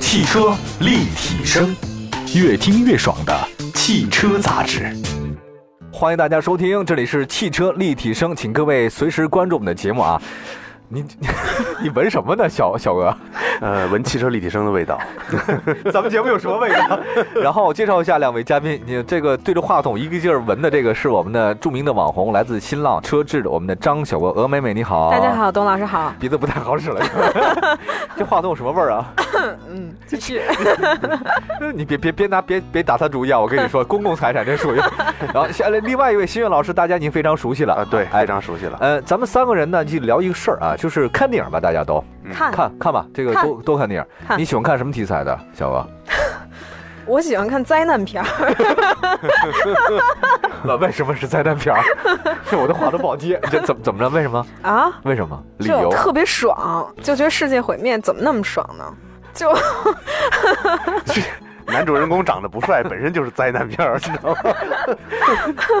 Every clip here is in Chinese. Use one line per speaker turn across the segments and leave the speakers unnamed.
汽车立体声，越听越爽的汽车杂志。
欢迎大家收听，这里是汽车立体声，请各位随时关注我们的节目啊。你 你闻什么呢，小小鹅？
呃，闻汽车立体声的 味道。
咱们节目有什么味道？然后我介绍一下两位嘉宾，你这个对着话筒一个劲儿闻的这个是我们的著名的网红，来自新浪车志的我们的张小鹅，鹅妹妹你好。
大家。好，董老师好。
鼻子不太好使了， 这话筒有什么味儿啊？
嗯，继续。
你别别别拿别别打他主意啊！我跟你 说，公共财产这属于。然后下来另外一位新月老师，大家已经非常熟悉了
啊，对，
哎
非，常熟悉了。
呃，咱们三个人呢就聊一个事儿啊，就是看电影吧，大家都
嗯看，
看看吧，这个
啊看
都都看电影。
看
你喜欢看什么题材的，小鹅？
我喜欢看灾难片儿，
那呃为什么是灾难 片儿？这我的话都不好接，这怎么怎么着？为什么？
啊，
为什么？理
就
由？
特别爽，就觉得世界毁灭怎么那么爽 呢？就
哎
男主人公长得不帅，本身就是灾难片 儿，知道吗？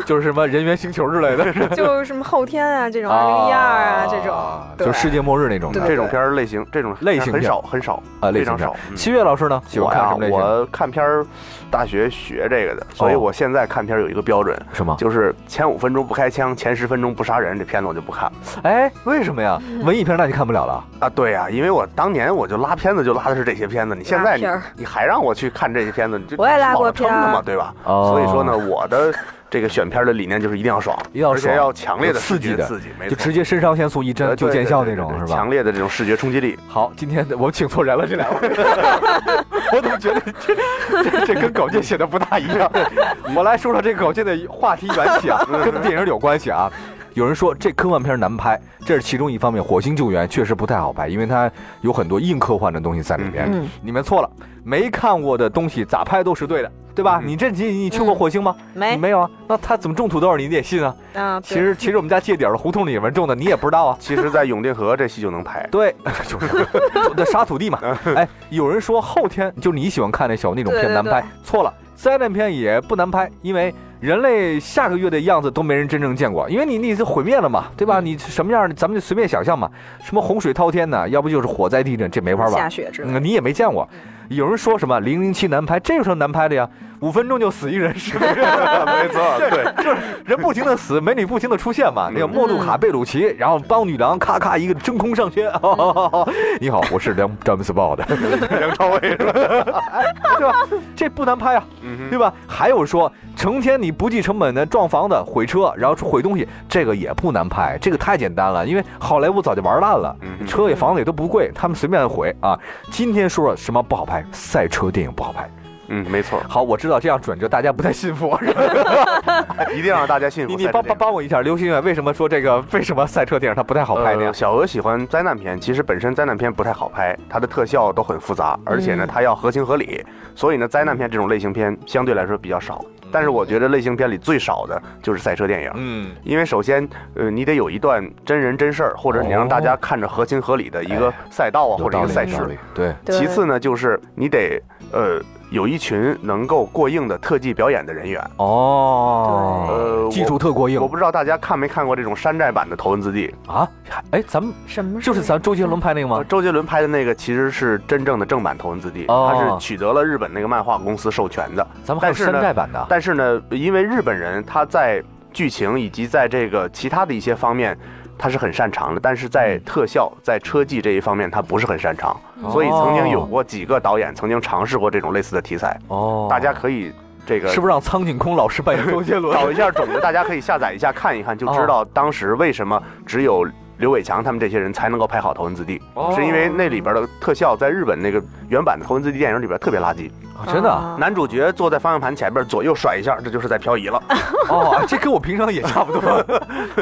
就是什么人猿星球之类的，
就是什么后天啊这种二零一二啊这种，对
就世界末日那种的
对嗯
这种片儿类型，这种
类型
很
片儿
少很少
啊，类
非
型
常
片
少
儿。。
嗯
新月老师呢，喜欢看什么类
我呀
型？
我看片儿，大学学这个的，所以
哦
我现在看片儿有一个标准，
什么？
就是前五分钟不开枪，前十分钟不杀人，这片子我就不看了
哎，为什么呀？
嗯
文艺片那就看不了了。
啊。对呀、因为我当年我就拉片子就拉的是这些片子，你现在你
片儿
你还让我去看这些片子，你这
我也拉过
老撑
片
的
儿
嘛，对吧？
哦
所以说呢，我的这个选片儿的理念就是一定要爽，
一定要
而且
爽
要强烈的
有刺激的
刺激，没
就
错
直接肾上腺素一针
呃
就
对
见
对
效
对
那种
对
是
对
吧
强？烈的这种视觉冲击力，
好，今天我请错人了，这两位，我怎么觉得这这这跟稿件写的不大一样？ 我来说说这稿件的话题缘起啊，跟电影有关系啊。有人说这科幻片难拍，这是其中一方面。火星救援确实不太好拍，因为它有很多硬科幻的东西在里面。
嗯嗯
你们错了，没看过的东西咋拍都是对的，对吧？
嗯
你这你你去过火星吗？你
没
没有啊？那他怎么种土豆你也信啊？
啊，
其
对
实其实我们家界底儿的胡同里面种的你也不知道啊。。
其实，在永定河这戏就能拍
对， 就是那沙土地嘛。哎，有人说后天就是你喜欢看那小那种片
对对
难拍，错了，灾难片也不难拍，因为人类下个月的样子都没人真正见过，因为你你就毁灭了嘛，对吧？
嗯
你什么样儿，咱们就随便想象嘛，什么洪水滔天呢，要不就是火灾地震，这没法
下
玩。
雪之类的
嗯，你也没见过，有人说什么零零七难拍，这有什么难拍的呀？五分钟就死一人，是不是？
没错，对，
就是人不停的死，美女不停的出现
嗯
嘛。那个莫路卡贝鲁奇，然后帮女郎咔咔一个真空上天。
嗯
你好，我是梁詹姆斯鲍 的，
梁朝伟是吧？
对吧？这不难拍啊，
嗯
对吧？还有说成天你不计成本的撞房的、毁车，然后毁东西，这个也不难拍，这个太简单了，因为好莱坞早就玩烂了。
哼，
车也房子也都不贵，他们随便毁啊！今天说说什么不好拍，赛车电影不好拍。
嗯，没错，
好，我知道这样准就大家不太信服。
一定要让大家信服
你
哎赛车电影。
你帮帮帮我一下，刘心远为什么说这个为什么赛车电影它不太好拍呢？
呃小鹅喜欢灾难片，其实本身灾难片不太好拍，它的特效都很复杂，而且呢，
嗯
它要合情合理，所以呢，灾难片这种类型片相对来说比较少。但是我觉得类型片里最少的就是赛车电影。
嗯，
因为首先，呃，你得有一段真人真事儿，或者你让大家看着合情合理的一个赛道啊，或者一个赛事。
对，
对
其次呢，就是你得呃有一群能够过硬的特技表演的人员。
哦，
呃
技术特过硬
我不知道大家看没看过这种山寨版的《头文字 D》
啊！哎，咱们
什么
就是咱周杰伦拍那个
呃
吗？
周杰伦拍的那个其实是真正的正版《头文字 D》，
哦
它是取得了日本那个漫画公司授权的。
咱们还有
但是呢
山寨版的，
但是呢，因为日本人他在剧情以及在这个其他的一些方面。他是很擅长的，但是在
嗯
特效、在车技这一方面，他不是很擅长，
嗯
所以曾经有过几个导演曾经尝试过这种类似的题材。
哦，
大家哦可以这个
是不是让苍井空老师扮演周杰 伦？
找一下种子，大家可以下载一下看一看，就知
哦
道当时为什么只有刘伟强他们这些人才能够拍好《头文字 D》，
哦
是因为那里边的特效在日本那个原版的《头文字 D》电影里边特别垃圾，
啊真的 啊
啊
男主角坐在方向盘前边左右甩一下，这就是在 漂移了。
哦，这跟我平常也差不 多。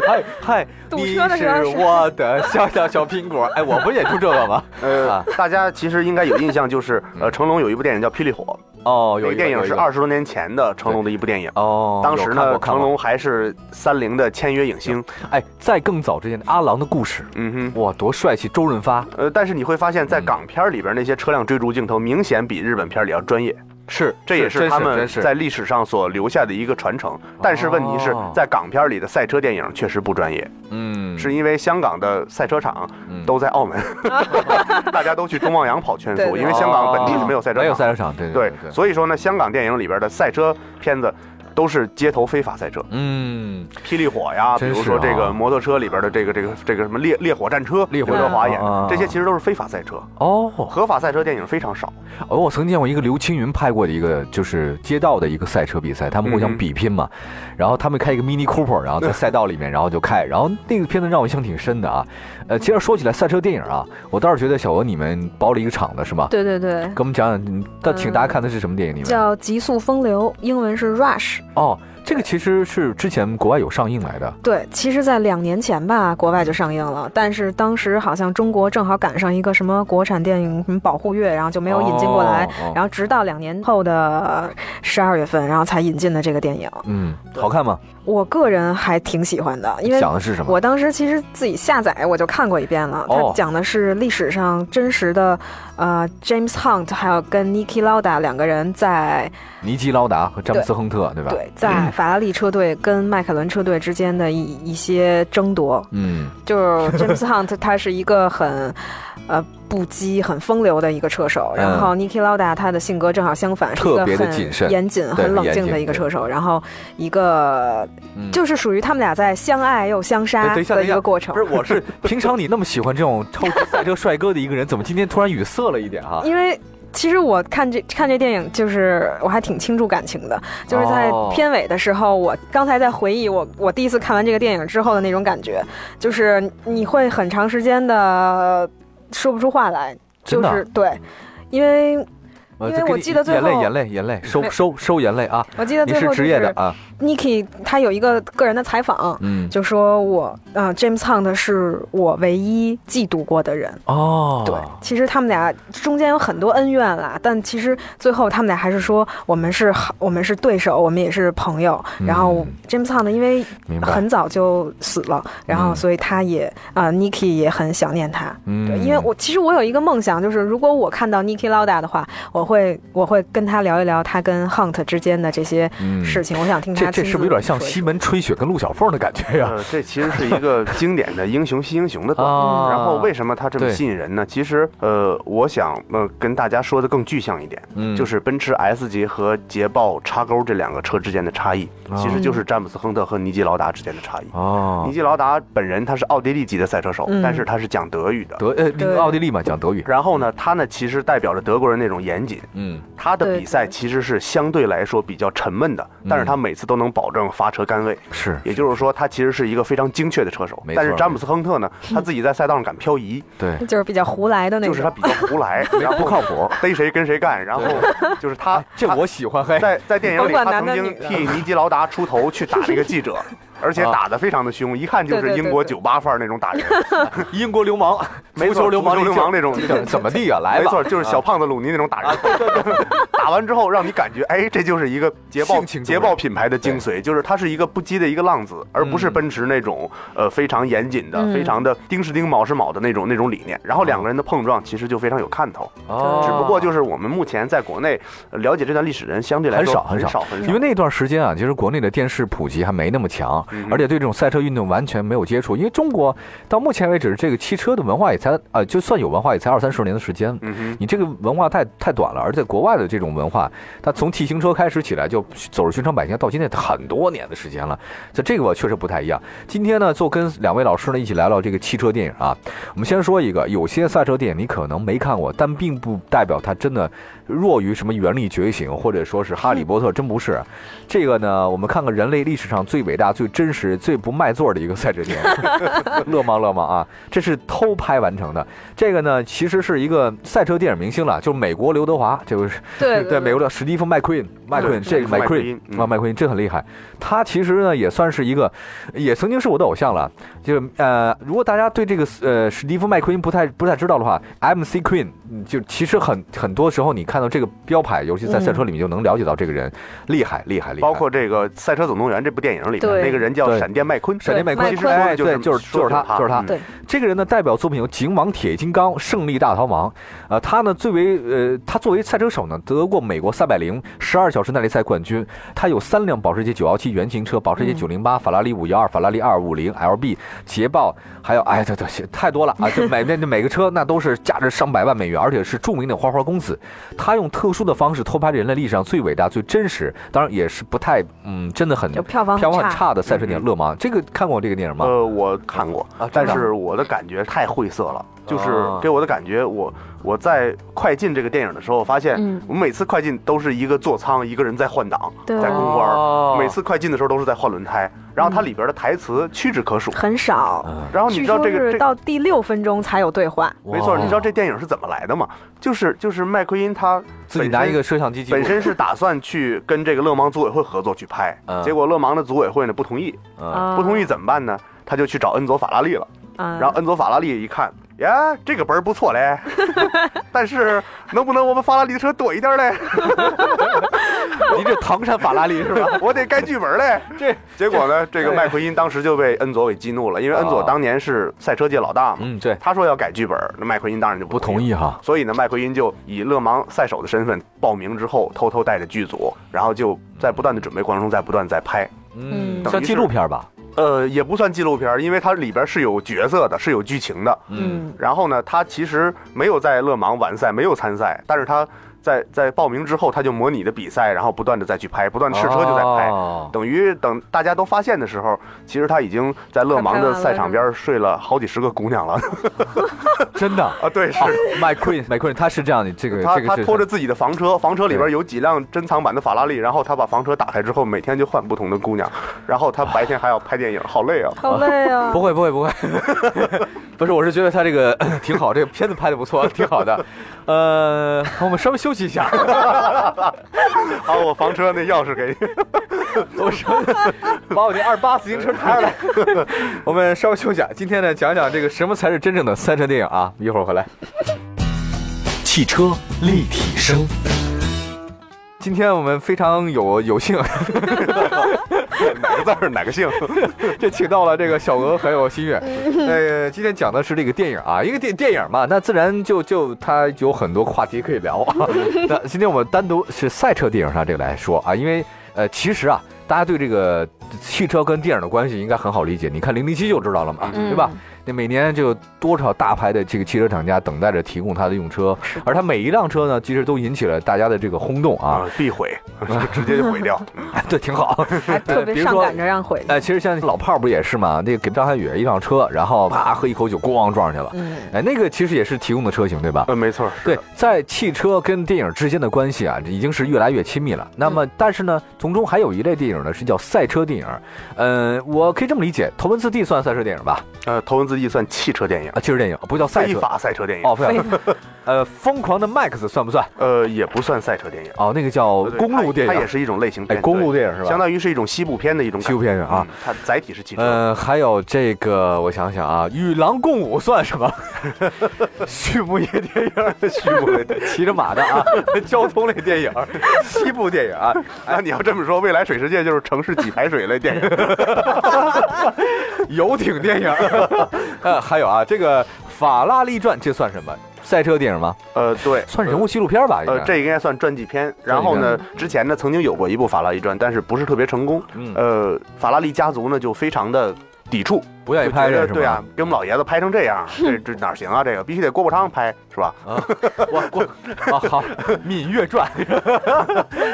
嗨嗨，
堵
你
车的时候
是
是
我的小小小苹果，哎，我不也就这个吗？
呃
啊，
大家其实应该有印 象，就是呃，成龙有一部电影叫《霹雳火》，
嗯哦，
那
有
个
一
电影
有一
是二十多年前的成龙的一部电影。
哦，
当时
有看
呢，
过看
成
过
龙还是三菱的签约影星。
哎，在更早之前，《阿郎的故事
嗯哼》。
哇，多帅气！周润发
呃，但是你会发现，在
嗯
港片里边那些车辆追逐镜头，明显比日本片里要专业。
是，
这也
真
是他们
真是
在历史上所留下的一个传承。但是问题是
哦
在港片里的赛车电影确实不专业，
嗯
是因为香港的赛车场
嗯
都在澳 门，大家都去中望洋跑圈
对
速，
对
因为香港本地
哦
是没有赛车
哦没有
场。
赛车场，对
对
对，对，
所以说呢，香港电影里边的赛车片子都是街头非法赛车，
嗯，
霹雳火呀，比
真是啊
如说这个摩托车里边的这个这个这个什么烈烈火战车，
烈火
刘德华演
啊啊啊
的，这些其实都是非法赛车，
哦，
合法赛车电影非常少。
哦，我曾见过一个刘青云拍过的一个就是街道的一个赛车比赛，他们互
嗯
相
哼
比拼嘛，然后他们开一个 Mini Cooper，然后在赛道里 面，然后就开，然后那个片子让我印象挺深的啊。呃，其实说起来赛车电影啊，我倒是觉得小鹅你们包了一个场的是吗？
对对对，
给我们讲讲，嗯但请大家看的是什么电影？你们、
叫《极速风流》，英文是 Rush。
哦，这个其实是之前国外有上映来的，
对，其实，在两年前吧，国外就上映了，但是当时好像中国正好赶上一个什么国产电影什么保护月，然后就没有引进过来。
哦哦
然后直到两年后的十二月份，然后才引进的这个电影，
嗯，好看吗？
我个人还挺喜欢的，因为
讲的是什么？
我当时其实自己下载我就看过一遍了，
哦
它讲的是历史上真实的，呃，James Hunt 还有跟 Niki Lauda 两个人在
尼基·劳达和詹姆斯·亨特，对吧？
对在法拉利车队跟迈凯伦车队之间的一一些争夺，
嗯，
就是 James Hunt 他是一个很，呃，不羁、很风流的一个车手，然后 Niki Lauda 他的性格正好相反，是一
嗯特
个
别地
很
谨慎
严谨、
对
很冷
很
静
严
的
谨
一个
对
车手，然后一个
嗯哎
就是属于他们俩在相爱又相杀
等一下
的
等一
一
下
个过程
不。是，我是 平常你那么喜欢这种超级赛车帅哥的一个人，怎么今天突然语塞了一点哈、
因为其实我看这看这电影，就是我还挺倾注感情的，就是在
哦
片尾的时候，我刚才在回忆我我第一次看完这个电影之后的那种感觉，就是你会很长时间的说不出话来，
真
就
的啊
是对，因为
呃
因为
这给
我
你
记得最
眼泪
后
眼泪眼泪收
没
收收眼泪啊！
我记得
你
最
是
后就
职业的
是
啊，
Niki 他有一个个人的采访。
嗯
就说我，呃，James Hunt 是我唯一嫉妒过的人。
哦，
对，其实他们俩中间有很多恩怨啦，但其实最后他们俩还是说我们是好，我们是对手，我们也是朋友。
嗯
然后 James Hunt 呢因为
明白，
很早就死了，然后
嗯
所以他也啊、n i k i 也很想念他。
嗯
对，因为我其实我有一个梦想，就是如果我看到 Niki Lauda 的话，我会我会跟他聊一聊他跟 Hunt 之间的这些
嗯
事情，我想听他
这
亲
这
自
是不是有点像
说一
西
说
门吹雪跟陆小凤的感觉 呀？
呃，这其实是一个经典的英雄 惜英雄的段子。
哦
啊
然后为什么它这么
对
吸引人呢？其实，呃，我想呃跟大家说的更具象一点，
嗯
就是奔驰 S 级和捷豹叉勾这两个车之间的差异，
啊
其实就是詹姆斯亨特和尼基劳达之间的差异。
哦
尼，基劳达本人他是奥地利籍的赛车手，
嗯
但是他是讲德语的。
德呃
对
奥地利嘛，讲德语，
然后呢，他呢其实代表着德国人那种严谨，
嗯，
他的
对
比赛
对
其实是相对来说比较沉闷的，
嗯
但是他每次都能保证发车杆位。
是
也就是说，他其实是一个非常精确的车手
没。错
但是詹姆斯亨特呢，他自己在赛道上敢漂移，
对，
就是比较胡来的那
就
种，
是他比较胡 来，然后
不靠谱，
逮谁跟谁干，然后就是他
啊这我喜欢嘿，
在在电影里，
甭管
他曾
男的
经
女的
替尼基劳达出头去打那个记 者，而
啊
且打得非常的凶，一看就
对
是
对对
英国
对
酒吧范儿那种打人，
英国流氓，
没
足
错
球流氓，
足球流氓那种
这怎么地啊？来吧，
没错，就是小胖子鲁尼那种打人。 打完之后，让你感觉，哎，这就是一个捷豹
性情中人
捷豹品牌的精髓，就是它是一个不羁的一个浪子，而不是
嗯
奔驰那种呃非常严谨的、
嗯
非常的钉是钉、卯是卯的那种那种理念。然后两个人的碰撞其实就非常有看头，
哦，
对
只不过就是我们目前在国内呃了解这段历史的人相对来
很
说
少很
少
少
很少，
因为那段时间啊，其实国内的电视普及还没那么强，
嗯
而且对这种赛车运动完全没有接触。因为中国到目前为止，这个汽车的文化也才呃，就算有文化，也才二三十年的时间。
嗯哼。
你这个文化太太短了，而且国外的这种文化，它从 T 型车开始起来，就走入寻常百姓，到今天很多年的时间了。这这个我确实不太一样。今天呢，就跟两位老师呢一起聊聊这个汽车电影啊。我们先说一个，有些赛车电影你可能没看过，但并不代表它真的弱于什么《原力觉醒》或者说是《哈利波特》，真不是。这个呢，我们看看人类历史上最伟大、最真实、最不卖座的一个赛车电影， 乐吗乐吗啊！这是偷拍完成的。这个呢，其实是一个赛车电影明星了，就是美国刘德华，这个是
对嗯
对美国的史蒂夫麦奎因，麦奎因
对
这个
史蒂夫
麦
麦
奎
奎因
因
嗯
啊，麦奎因这很厉害。他其实呢也算是一个，也曾经是我的偶像了。就是呃，如果大家对这个呃史蒂夫麦奎因不太不太知道的话，MC Queen 嗯就其实很很多时候你看到这个标牌，尤其在赛车里面就能了解到这个人、厉害厉害厉害。
包括这个《赛车总动员》这部电影里面，
对
那个人叫
对
闪电麦昆，
闪电麦
麦
昆，
其
昆
实说
哎，
的
对，就是
说
就是他，就是他
嗯。
对
这个人的代表作品有《警网铁金刚》《胜利大逃亡》呃，他呢最为呃，他作为赛车手呢，得过美国三百零十二小时耐力赛冠军。他有三辆保时捷917原型车，保时
嗯
捷908、法拉利512、法拉利250、LB、捷豹，还有哎，对对，太多了啊！就每 那那每个车那都是价值上百万美元，而且是著名的花花公子。他用特殊的方式偷拍人类历史上最伟大、最真实，当然也是不太嗯，真的很
就票房
票房
很
很
差。嗯
差的赛车电影《勒芒》，这个看过这个电影吗？
呃，我看过，
啊真
但
的啊
是我的感觉太晦涩了，就是
啊
给我的感觉，我我在快进这个电影的时候，发现
嗯
我每次快进都是一个座舱，一个人在换挡，
对
在公关
哦
儿，每次快进的时候都是在换轮胎，然后它里边的台词屈指可数，
很少，
嗯哦
然后你
嗯据
知道
说
这个
是
这
到第六分钟才有对话。
哇
没错，你知道这电影是怎么来的吗？就是就是麦奎因他
自己拿
本
一
身
个摄像机记录
本身是打算去跟这个勒芒组委会合作去拍
嗯，
结果勒芒的组委会呢不同意，
嗯
啊
不同意怎么办呢？他就去找恩佐法拉利了。
啊，
然后恩佐法拉利一看，呀，这个本儿不错嘞，但是能不能我们法拉利的车躲一点嘞？
你这唐山法拉利是吧？
我得改剧本嘞。
这
结果呢，这个
对
麦奎因当时就被恩佐给激怒了，因为恩佐
啊
当年是赛车界老大嘛，
嗯对，
他说要改剧本，那麦奎因当然就
不同
意。
意哈。
所以呢，麦奎因就以勒芒赛手的身份报名之后，偷偷带着剧组，然后就在不断的准备过程中，在不断地在拍。
嗯
像纪录片吧。
呃，也不算纪录片儿，因为它里边是有角色的，是有剧情的。
嗯，
然后呢，他其实没有在勒芒完赛，没有参赛，但是他在在报名之后，他就模拟的比赛，然后不断的再去拍，不断地试车就在拍。
哦
等于等大家都发现的时候，其实他已经在勒芒的赛场边儿睡了好几十个姑娘了
真的。
啊！对，是
啊，My Queen，My Queen，他是这样的，这个
他
这
他
个
拖着
是
自己的房车，房车里边
对
有几辆珍藏版的法拉利，然后他把房车打开之后，每天就换不同的姑娘，然后他白天还要拍电影，好累啊！
好累啊
不。会不会不会， 不是，我是觉得他这个呃挺好，这个片子拍的不错，挺好的。呃，我们稍微休息一下，
把我房车那钥 匙给
我稍微 把我那二八自行车拿上来， 我们稍微休息一下。今天呢，讲讲这个什么才是真正的赛车电影啊，一会儿回来。
汽车立体声，
今天我们非常有有幸，
哪个字儿哪个姓，
这请到了这个小鹅还有新月。呃，今天讲的是这个电影啊，一个电电影嘛，那自然就就它有很多话题可以聊啊。那今天我们单独是赛车电影上这个来说啊，因为呃，其实啊，大家对这个汽车跟电影的关系应该很好理解。你看《零零七》就知道了嘛，
嗯
对吧？那每年就有多少大牌的这个汽车厂家等待着提供它的用车，而它每一辆车呢，其实都引起了大家的这个轰动啊。
啊，必毁，直接就毁 掉。
对，挺好。
嗯 还特别
比如
上
说
赶着让毁。
哎，其实像老炮儿不也是嘛？那个给张涵予一辆车，然后啪喝一口酒，咣撞上去了。
嗯，
哎，那个其实也是提供的车型，对吧？
呃，没错，是
对
的，
在汽车跟电影之间的关系啊，已经是越来越亲密了。那
嗯
么，但是呢，从中还有一类电影呢，是叫赛车电影。嗯、我可以这么理解，头文字 D 算赛车电影吧？
呃，头文字 D 算汽车电影
啊，，汽车电影不叫赛
非
车。
法赛车电影，
哦，非法。呃，疯狂的 Max 算不算？
呃，也不算赛车电影，
哦，那个叫
对
公路电
它它
影
也。是一种类型
哎，
片，
公路
对
电影是吧？
相当于是一种西部片的一种
西部片是啊
啊，嗯它载体是汽车，
呃，还有这个，我想想啊，与狼共舞算什么？ 畜牧业电影儿，畜牧类电影骑着马的啊，交通类电影儿，西部电影儿啊，
啊，你要这么说，未来水世界就是城市挤排水类电 影，
游艇电影儿，呃，还有啊，这个《法拉利传》，这算什么？赛车电影吗？
呃，对，
算人物纪录片吧，应
呃
该，
这应该算传记片。然后呢，之前呢曾经有过一部法拉利传，但是不是特别成功。
嗯
呃，法拉利家族呢就非常的抵触，
不愿意
就
拍
觉
这是
得
吧？
对啊，给我们老爷子拍成这 样，这这哪行啊？这个必须得郭沫汤拍是吧？
我我啊好，《芈月传》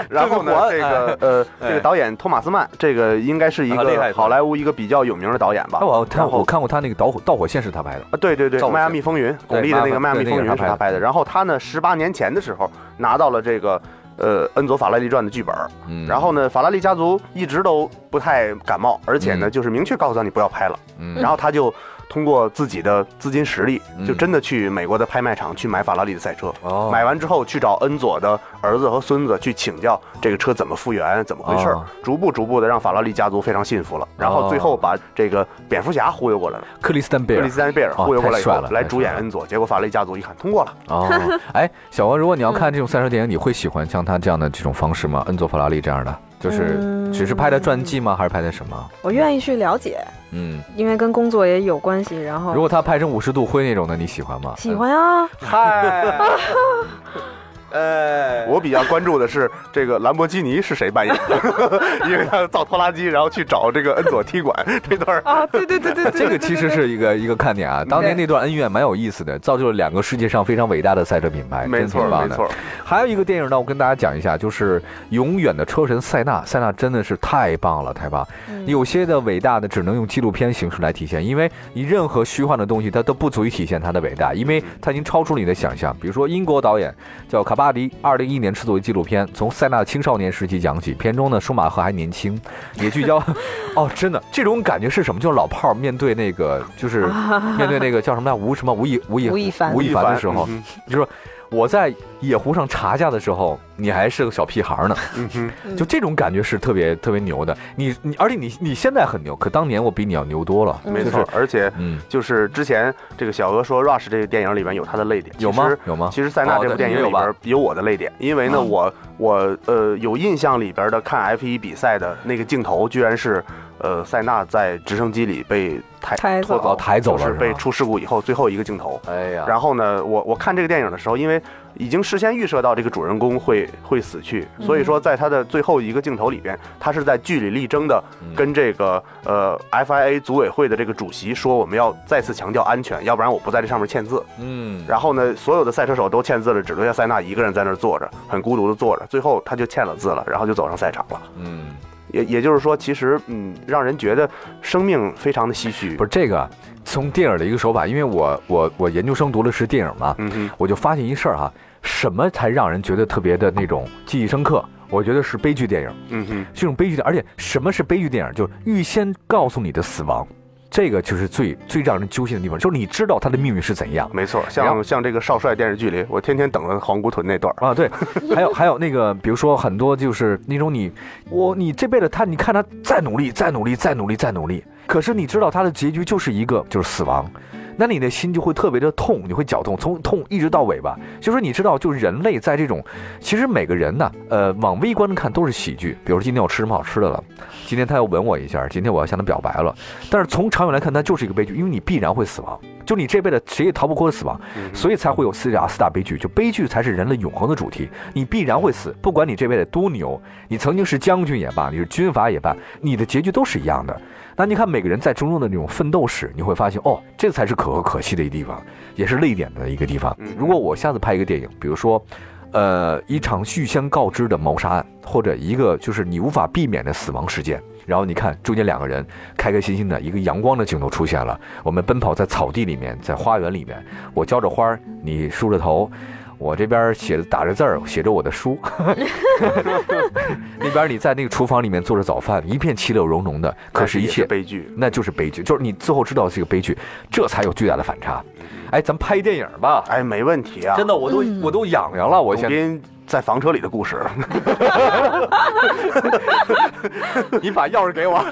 然后呢，
这
这
个
个呃，
哎
这个导演托马斯曼，这个应该是一
啊厉害
个好莱坞一个比较有名的导演吧
啊，？我他
然后
我看过他那个《导火盗火线》是他拍的，
啊，对对对
赵，
《
本
迈阿
山
密风云》巩俐的那个《迈
迈阿
阿
密
密风云》
对那个是
是
他
他
拍
拍
的
的。然后他呢，十八年前的时候拿到了这个呃恩佐法拉利传的剧本，
嗯
然后呢，法拉利家族一直都不太感冒，而且呢，
嗯
就是明确告诉他你不要拍了。
嗯
然后他就通过自己的资金实力，就
嗯
真的去美国的拍卖场去买法拉利的赛车。
哦
买完之后去找恩佐的儿子和孙子去请教这个车怎么复原，怎么回事儿
哦，
逐步逐步的让法拉利家族非常信服了，然后最后把这个蝙蝠侠忽悠过来了，
克里斯丹贝
克
尔
里斯丹贝尔
哦
忽悠过来以
太帅
后
了
来
太
主演
帅了
恩佐，结果法拉利家族一看通过了，
哦，哎，小王，如果你要看这种赛车电影，你会喜欢像他这样的这种方式吗？恩佐法拉利这样的？
嗯
就是只是拍的传记吗？还是拍的什么？
我愿意去了解，
嗯，
因为跟工作也有关系。然
哦
如
后
果他拍成五十度灰那种的，你喜欢吗？
喜欢 啊，
嗨， 哎，
我比较关注的是这个兰博基尼是谁扮演 的，因为他造拖拉机，然后去找这个 恩佐踢馆这段儿。
啊，对对对对对对，
这个其实是一个一个看点啊。当年那段恩怨蛮有意思的，造就了两个世界上非常伟大的赛车品牌，
没
真
错
挺
儿，
棒
没
的。
错儿。
还有一个电影呢，我跟大家讲一下，就是《永远的车神》塞纳，塞纳真的是太棒了，太棒！
嗯
有些的伟大的只能用纪录片形式来体现，因为你任何虚幻的东西，它都不足以体现它的伟大，因为它已经超出了你的想象。比如说，英国导演叫卡巴迪，二零一一年制作的纪录片，从塞纳青少年时期讲起，片中呢，舒马赫还年轻，也聚焦。哦，真的，这种感觉是什么？就是老炮儿面对那个，就是面对那个叫什么来，吴什么吴亦吴亦
吴亦凡
吴亦凡的时候，
嗯
就是我在野湖上查架的时候，你还是个小屁孩儿呢，
哼，嗯
嗯
就这种感觉是特别特别牛的。你你，而且你你现在很牛，可当年我比你要牛多了。
哼
嗯
没
就
错
是
儿，而且
嗯，
就是之前这个小鹅说《Rush》这个电影里面有他的泪点，
有
其
吗
实？
有吗？
其实塞纳
哦
这部
对
电影
也有
里边
吧
儿有我的泪点，因为呢，
啊
我我呃有印象里边儿的看 F1 比赛的那个镜头，居然是呃塞纳在直升机里被抬
抬
拖
走
哦抬走了
就是
是
被
吧
出事故以后最后一个镜头。
哎呀，
然后呢，我我看这个电影的时候，因为已经事先预设到这个主人公会会死去，
嗯
所以说在他的最后一个镜头里边，他是在据理力争的跟这个呃 FIA 组委会的这个主席说，我们要再次强调安全，要不然我不在这上面签字。
嗯，
然后呢，所有的赛车手都签字了，只留下塞纳一个人在那儿坐着，很孤独的坐着。最后他就签了字了，然后就走上赛场了。
嗯，
也也就是说，其实嗯，让人觉得生命非常的唏嘘。
不
是，
是这个，从电影的一个手法，因为我我我研究生读的是电影嘛，
嗯哼，
我就发现一事儿哈，什么才让人觉得特别的那种记忆深刻？我觉得是悲剧电影。
嗯哼，
这种悲剧的，而且什么是悲剧电影？就是预先告诉你的死亡，这个就是最最让人揪心的地方，就是你知道他的命运是怎样
没错。
然
像
后
像这个少帅电视剧里，我天天等着黄姑屯那段儿。
啊。对，还有还有那个，比如说很多就是那种你我你这辈子他，你看他再努力再努力再努力再努力，可是你知道他的结局就是一个就是死亡。那你的心就会特别的痛，你会绞痛，从痛一直到尾巴。就是你知道，就是人类在这种，其实每个人呢，呃，往微观的看都是喜剧。比如说今天我吃什么好吃的了，今天他要吻我一下，今天我要向他表白了。但是从长远来看，它就是一个悲剧，因为你必然会死亡，就你这辈子谁也逃不过死亡，
嗯
所以才会有四大四大悲剧。就悲剧才是人类永恒的主题，你必然会死，不管你这辈子多牛，你曾经是将军也罢，你是军阀也罢，你的结局都是一样的。那你看每个人在中中的那种奋斗史，你会发现哦，这才是可歌可泣的一地方，也是泪点的一个地方
嗯。
如果我下次拍一个电影，比如说。呃，一场预先告知的谋杀案，或者一个就是你无法避免的死亡事件。然后你看中间两个人开开心心的，一个阳光的镜头出现了，我们奔跑在草地里面，在花园里面，我浇着花儿，你梳着头。我这边写着打着字儿，写着我的书。 那边你在那个厨房里面做着早饭，一片其乐融融的，可
但
是
是
一
也
切
悲剧。
那就是悲剧，就是你最后知道是个悲剧，这才有巨大的反差。哎，咱们拍一电影吧。
哎，没问题啊。
真的，我都、
嗯
我都痒痒了，我
董
现
斌在房车里的 故事，
在你把钥匙给我，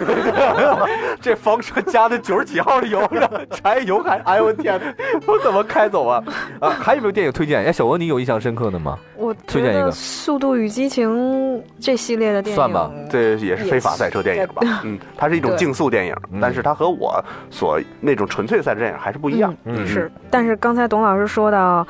这房车加的九十几号的油呢，柴油还，哎呦我天哪，我怎么开走啊？啊，还有没有电影推荐？哎，小鹅，你有印象深刻的吗？
我
推
觉
荐一
得
个
《速度与激情》这系列的电影
算吧
这也是非法
Yes
赛车电影吧？嗯，它是一种
对
竞速电影，
嗯
但是它和我所那种纯粹赛车电影还是不一样。
嗯
嗯是。但是刚才董老师说到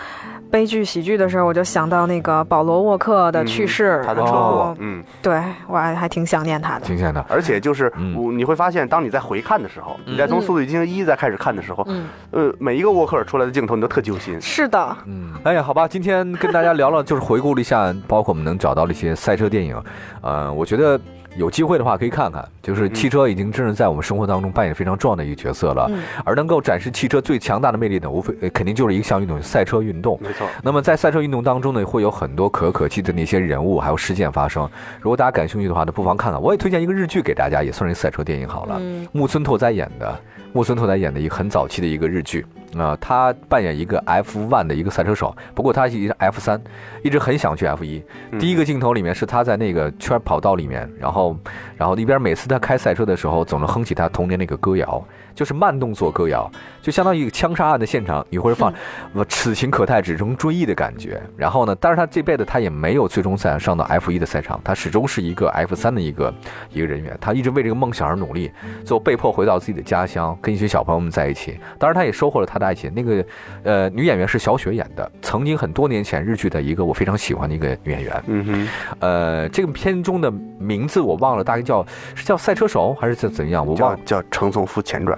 悲剧喜剧的时候，我就想到那个保罗沃克的去世，
嗯他的
然
车祸
后，
嗯，
对我还还挺想念他的。
挺显的，
而且就是
嗯
我你会发现，当你在回看的时候，你在从《速度与激情一》再开始看的时候，
嗯，
呃，每一个沃克尔出来的镜头你都特揪 心。
是的，
嗯，哎呀，好吧，今天跟大家聊了，就是回顾了一下，包括我们能找到的一些赛车电影，呃，我觉得有机会的话可以看看，就是汽车已经真是在我们生活当中扮演非常重要的一个角色了，
嗯
而能够展示汽车最强大的魅力呢，无非呃肯定就是一项运动，赛车运动。
没错，
那么在赛车运动当中呢，会有很多可可泣的那些人物还有事件发生。如果大家感兴趣的话呢，不妨看看。我也推荐一个日剧给大 家，也算是赛车电影好了。
嗯
木村拓哉演的，木村拓哉演的一个很早期的一个日剧，啊、他扮演一个 F one 的一个赛车手，不过他一直 F 三，一直很想去 F 一。
嗯
第一个镜头里面是他在那个圈跑道里面，然后，然后一边每次他开赛车的时候，总能哼起他童年那个歌谣，就是慢动作歌谣，就相当于一个枪杀案的现场，你会放“我此情可待，只能追忆”的感觉。然后呢，但是他这辈子他也没有最终赛上到 F 一的赛场，他始终是一个 F 三的一个一个人员，他一直为这个梦想而努力，最后被迫回到自己的家乡，跟一群小朋友们在一起。当然，他也收获了他的爱情。那个，呃，女演员是小雪演的，曾经很多年前日剧的一个我非常喜欢的一个女演员。
嗯哼，
呃，这个片中的名字我忘了，大概叫是叫赛车手还是怎怎样，我忘
叫
了。
叫《程从夫前传》，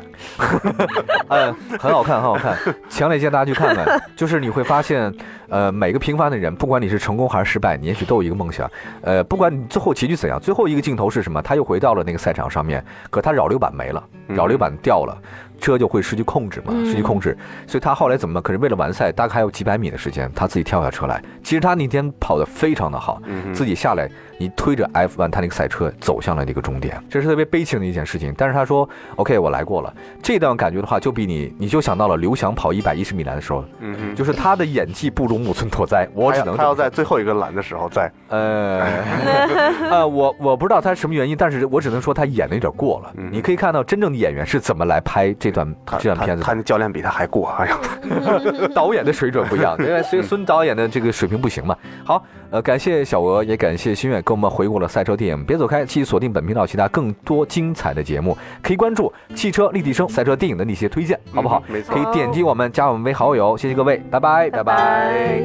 呃，很好看，很好看， 强烈建议大家去看看。 就是你会发现，呃，每个平凡的人，不管你是成功还是失败，你也许都有一个梦想。呃，不管你最后结局怎样，最后一个镜头是什么，他又回到了那个赛场上面，可他扰流板没了，
嗯
扰流板掉了。车就会失去控制嘛，
嗯
失去控制，所以他后来怎么办？可是为了完赛，大概还有几百米的时间，他自己跳下车来。其实他那天跑得非常的好，
嗯哼，
自己下来，你推着 F1 他那个赛车走向了那个终点，这是特别悲情的一件事情。但是他说：“OK，我来过了。”这段感觉的话，就比你你就想到了刘翔跑一百一十米栏的时候，
嗯哼，
就是他的演技不如木村拓哉。我
他
只
要
能
他
这
要
么说
在最后一个栏的时候再，
呃呃，我我不知道他什么原因，但是我只能说他演的有点过了
嗯。
你可以看到真正的演员是怎么来拍这段
他
这段片子的嗯
他他那教练比他还过，哎呀，
导演的水准不一样，因为所以孙导演的这个水平不行嘛。好，呃，感谢小鹅，也感谢心愿跟我们回顾了赛车电影。别走开，继续锁定本频道其他更多精彩的节目，可以关注汽车立体声赛车电影的那些推荐，好不好？
嗯？没错
可以点击我们加我们为好友，谢谢各位，拜拜，
拜拜。